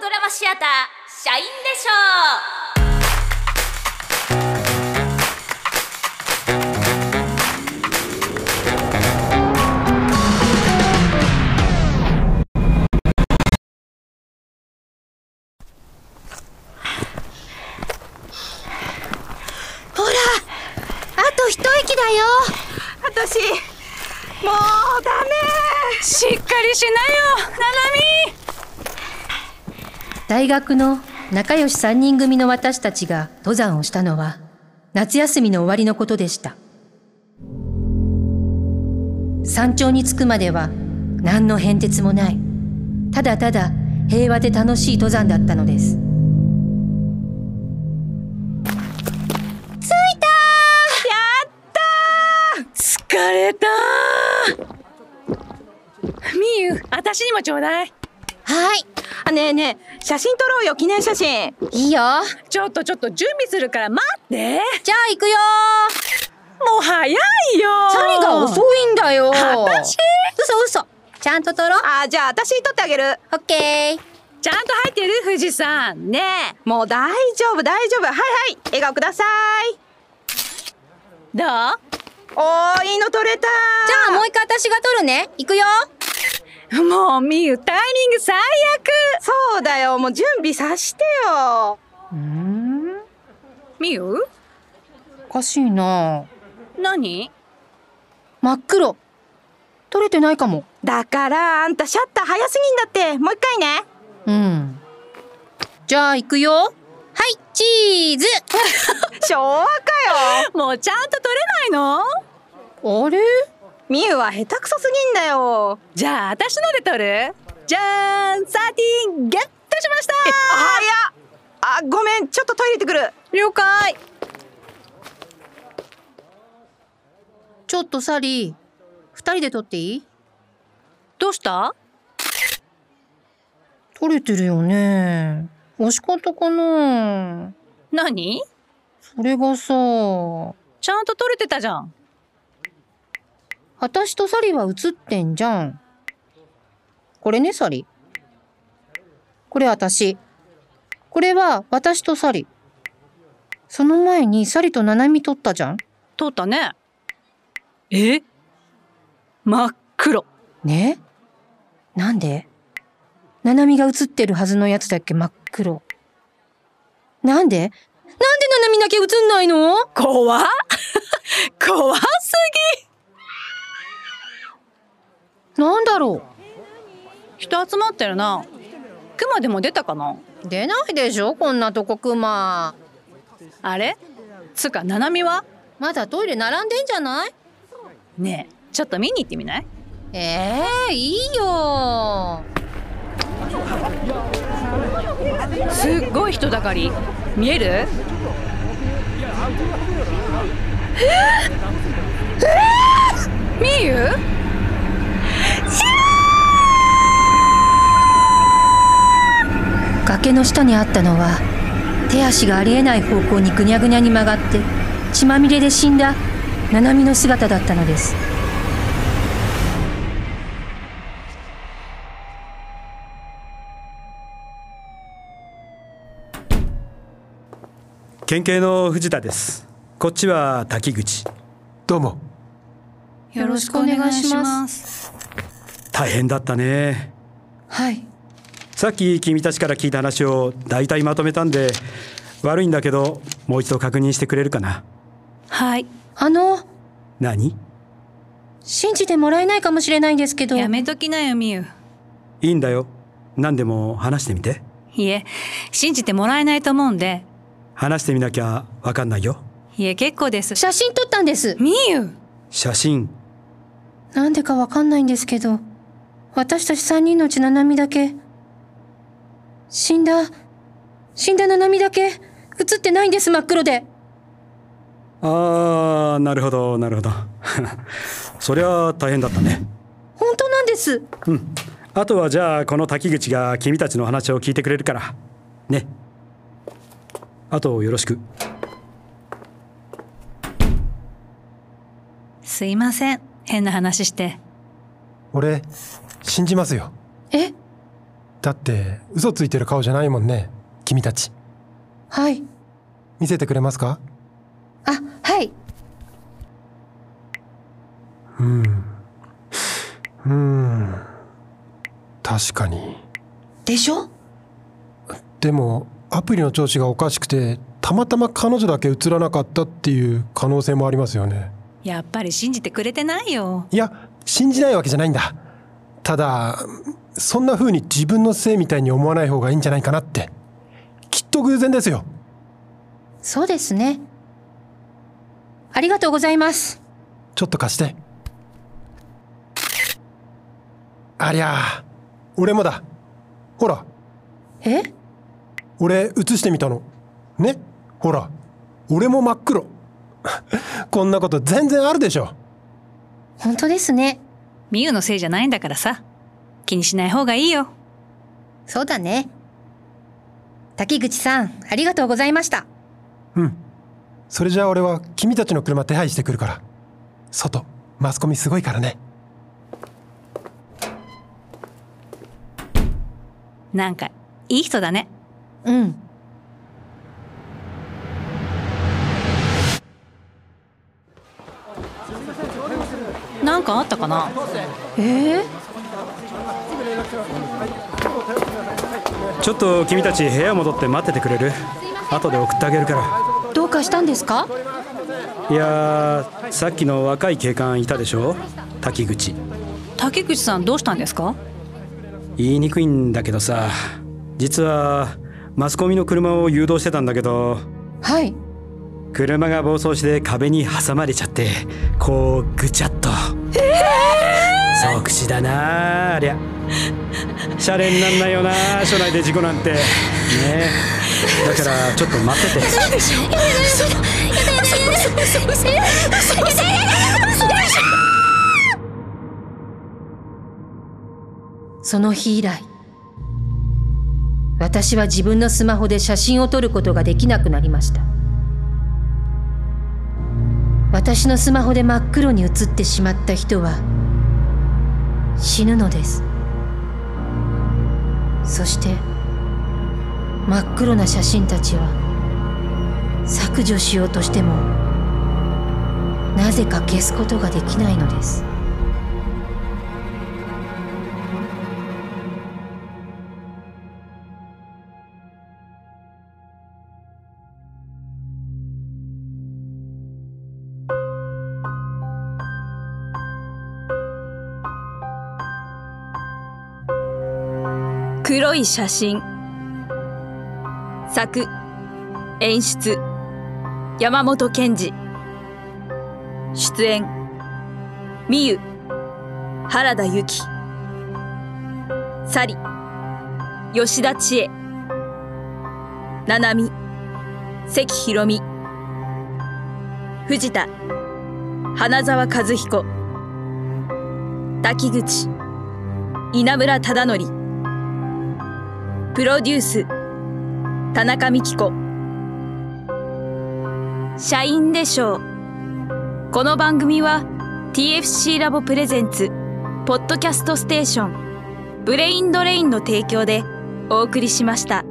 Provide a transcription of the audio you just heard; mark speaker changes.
Speaker 1: ドラマシアター社員でし
Speaker 2: ほらあと一息だよ
Speaker 3: 私もうダメしっかりしなよななみ
Speaker 4: 大学の仲良し3人組の私たちが登山をしたのは夏休みの終わりのことでした山頂に着くまでは何の変哲もないただただ平和で楽しい登山だったのです
Speaker 3: 疲れたみゆ私にもちょうだい
Speaker 2: はい
Speaker 3: あねえねえ写真撮ろうよ記念写真
Speaker 2: いいよ
Speaker 3: ちょっとちょっと準備するから待って
Speaker 2: じゃあ行くよ
Speaker 3: もう早いよ
Speaker 2: 何が遅いんだよ
Speaker 3: 私
Speaker 2: 嘘嘘ちゃんと撮ろう
Speaker 3: あじゃあ私撮ってあげる
Speaker 2: オッケー
Speaker 3: ちゃんと入ってる富士山ねえもう大丈夫大丈夫はいはい笑顔くださいどうおーいいの撮れた
Speaker 2: じゃあもう一回私が撮るね行くよ
Speaker 3: もうみゆタイミング最悪そうだよもう準備さしてよみゆ
Speaker 4: おかしいな
Speaker 3: 何
Speaker 4: 真っ黒取れてないかも
Speaker 3: だからあんたシャッター早すぎんだってもう一回ね
Speaker 4: うんじゃあ行くよ
Speaker 2: はいチーズ
Speaker 3: 昭和かよ もうちゃんと撮れないの
Speaker 4: あれ
Speaker 3: みゆは下手くそすぎんだよじゃあ私ので撮るじゃーんサーティンゲットしました早っあごめんちょっとトイレ行ってくる了解
Speaker 4: ちょっとサリー二人で取っていい
Speaker 3: どうした
Speaker 4: 取れてるよね惜しかったかな
Speaker 3: 何
Speaker 4: それがさ
Speaker 3: ちゃんと撮れてたじゃん
Speaker 4: 私とサリは写ってんじゃんこれねサリこれ私これは私とサリその前にサリとナナミ撮ったじゃん
Speaker 3: 撮ったねえ真っ黒
Speaker 4: ねなんでナナミが写ってるはずのやつだっけ真っ黒なんでなんでナナミだけ写んないの
Speaker 3: 怖怖す
Speaker 4: なんだろ
Speaker 3: ぎ人集まってるな熊でも出たかな
Speaker 4: う出ないでしょこんなとこクマ
Speaker 3: あれつうかななみは
Speaker 4: まだトイレ並んでんじゃない
Speaker 3: ねえちょっと見に行ってみない
Speaker 4: ええいいよ
Speaker 3: すっごい人だかり見えるえー、みゆ
Speaker 4: 崖の下にあったのは手足がありえない方向にぐにゃぐにゃに曲がって血まみれで死んだナナミの姿だったのです
Speaker 5: 県警の藤田ですこっちは滝口
Speaker 6: どうも
Speaker 4: よろしくお願いします
Speaker 5: 大変だったね
Speaker 4: はい
Speaker 5: さっき君たちから聞いた話を大体まとめたんで悪いんだけどもう一度確認してくれるかな
Speaker 3: はい
Speaker 4: あの
Speaker 5: 何
Speaker 4: 信じてもらえないかもしれないんですけど
Speaker 3: やめときなよみゆ
Speaker 5: いいんだよ何でも話してみて
Speaker 3: いえ信じてもらえないと思うんで
Speaker 5: 話してみなきゃわかんないよ
Speaker 3: いえ結構です
Speaker 4: 写真撮ったんです
Speaker 3: みゆ
Speaker 5: 写真
Speaker 4: なんでかわかんないんですけど私たち3人のうちナナミだけ死んだ死んだナナミだけ写ってないんです真っ黒で
Speaker 5: あーなるほどなるほど そりゃ大変だったね
Speaker 4: 本当なんです
Speaker 5: うんあとはじゃあこの滝口が君たちの話を聞いてくれるからねあとよろしく
Speaker 3: すいません変な話して
Speaker 6: 俺信じますよ
Speaker 4: え
Speaker 6: だって嘘ついてる顔じゃないもんね君たち
Speaker 4: はい。
Speaker 6: 見せてくれますか
Speaker 4: あ、はい。
Speaker 6: うんうん確かに
Speaker 4: でしょ
Speaker 6: でもアプリの調子がおかしくてたまたま彼女だけ映らなかったっていう可能性もありますよね
Speaker 7: やっぱり信じてくれてないよ
Speaker 6: いや信じないわけじゃないんだただそんな風に自分のせいみたいに思わない方がいいんじゃないかなってきっと偶然ですよ
Speaker 4: そうですね。ありがとうございます。
Speaker 6: ちょっと貸してありゃあ俺もだほら
Speaker 4: え
Speaker 6: 俺映してみたのねほら俺も真っ黒 こんなこと全然あるでしょ
Speaker 4: 本当ですね。
Speaker 7: ミユのせいじゃないんだからさ気にしない方がいいよ
Speaker 4: そうだね。滝口さん、ありがとうございました。
Speaker 6: うんそれじゃあ俺は君たちの車手配してくるから外マスコミすごいからね
Speaker 7: なんかいい人だね
Speaker 4: うん。
Speaker 7: なんかあったかな
Speaker 5: ちょっと君たち部屋戻って待っててくれる後で送ってあげるから
Speaker 2: どうかしたんですか
Speaker 5: いやーさっきの若い警官いたでしょ滝口
Speaker 7: 竹口さんどうしたんですか
Speaker 5: 言いにくいんだけどさ実はマスコミの車を誘導してたんだけど
Speaker 4: はい。
Speaker 5: 車が暴走して壁に挟まれちゃってこうぐちゃっと即死だなありゃシャレになんないよな署内で事故なんてねえだからちょっと待ってて
Speaker 8: その日以来私は自分のスマホで写真を撮ることができなくなりました私のスマホで真っ黒に写ってしまった人は死ぬのですそして真っ黒な写真たちは削除しようとしてもなぜか消すことができないのです
Speaker 9: 黒い写真作演出山本賢治出演美優原田由紀サリ吉田千恵七海関ひろみ藤田花沢和彦滝口稲村忠則プロデュース田中美希子社員でしょうこの番組は TFC ラボプレゼンツポッドキャストステーションブレインドレインの提供でお送りしました。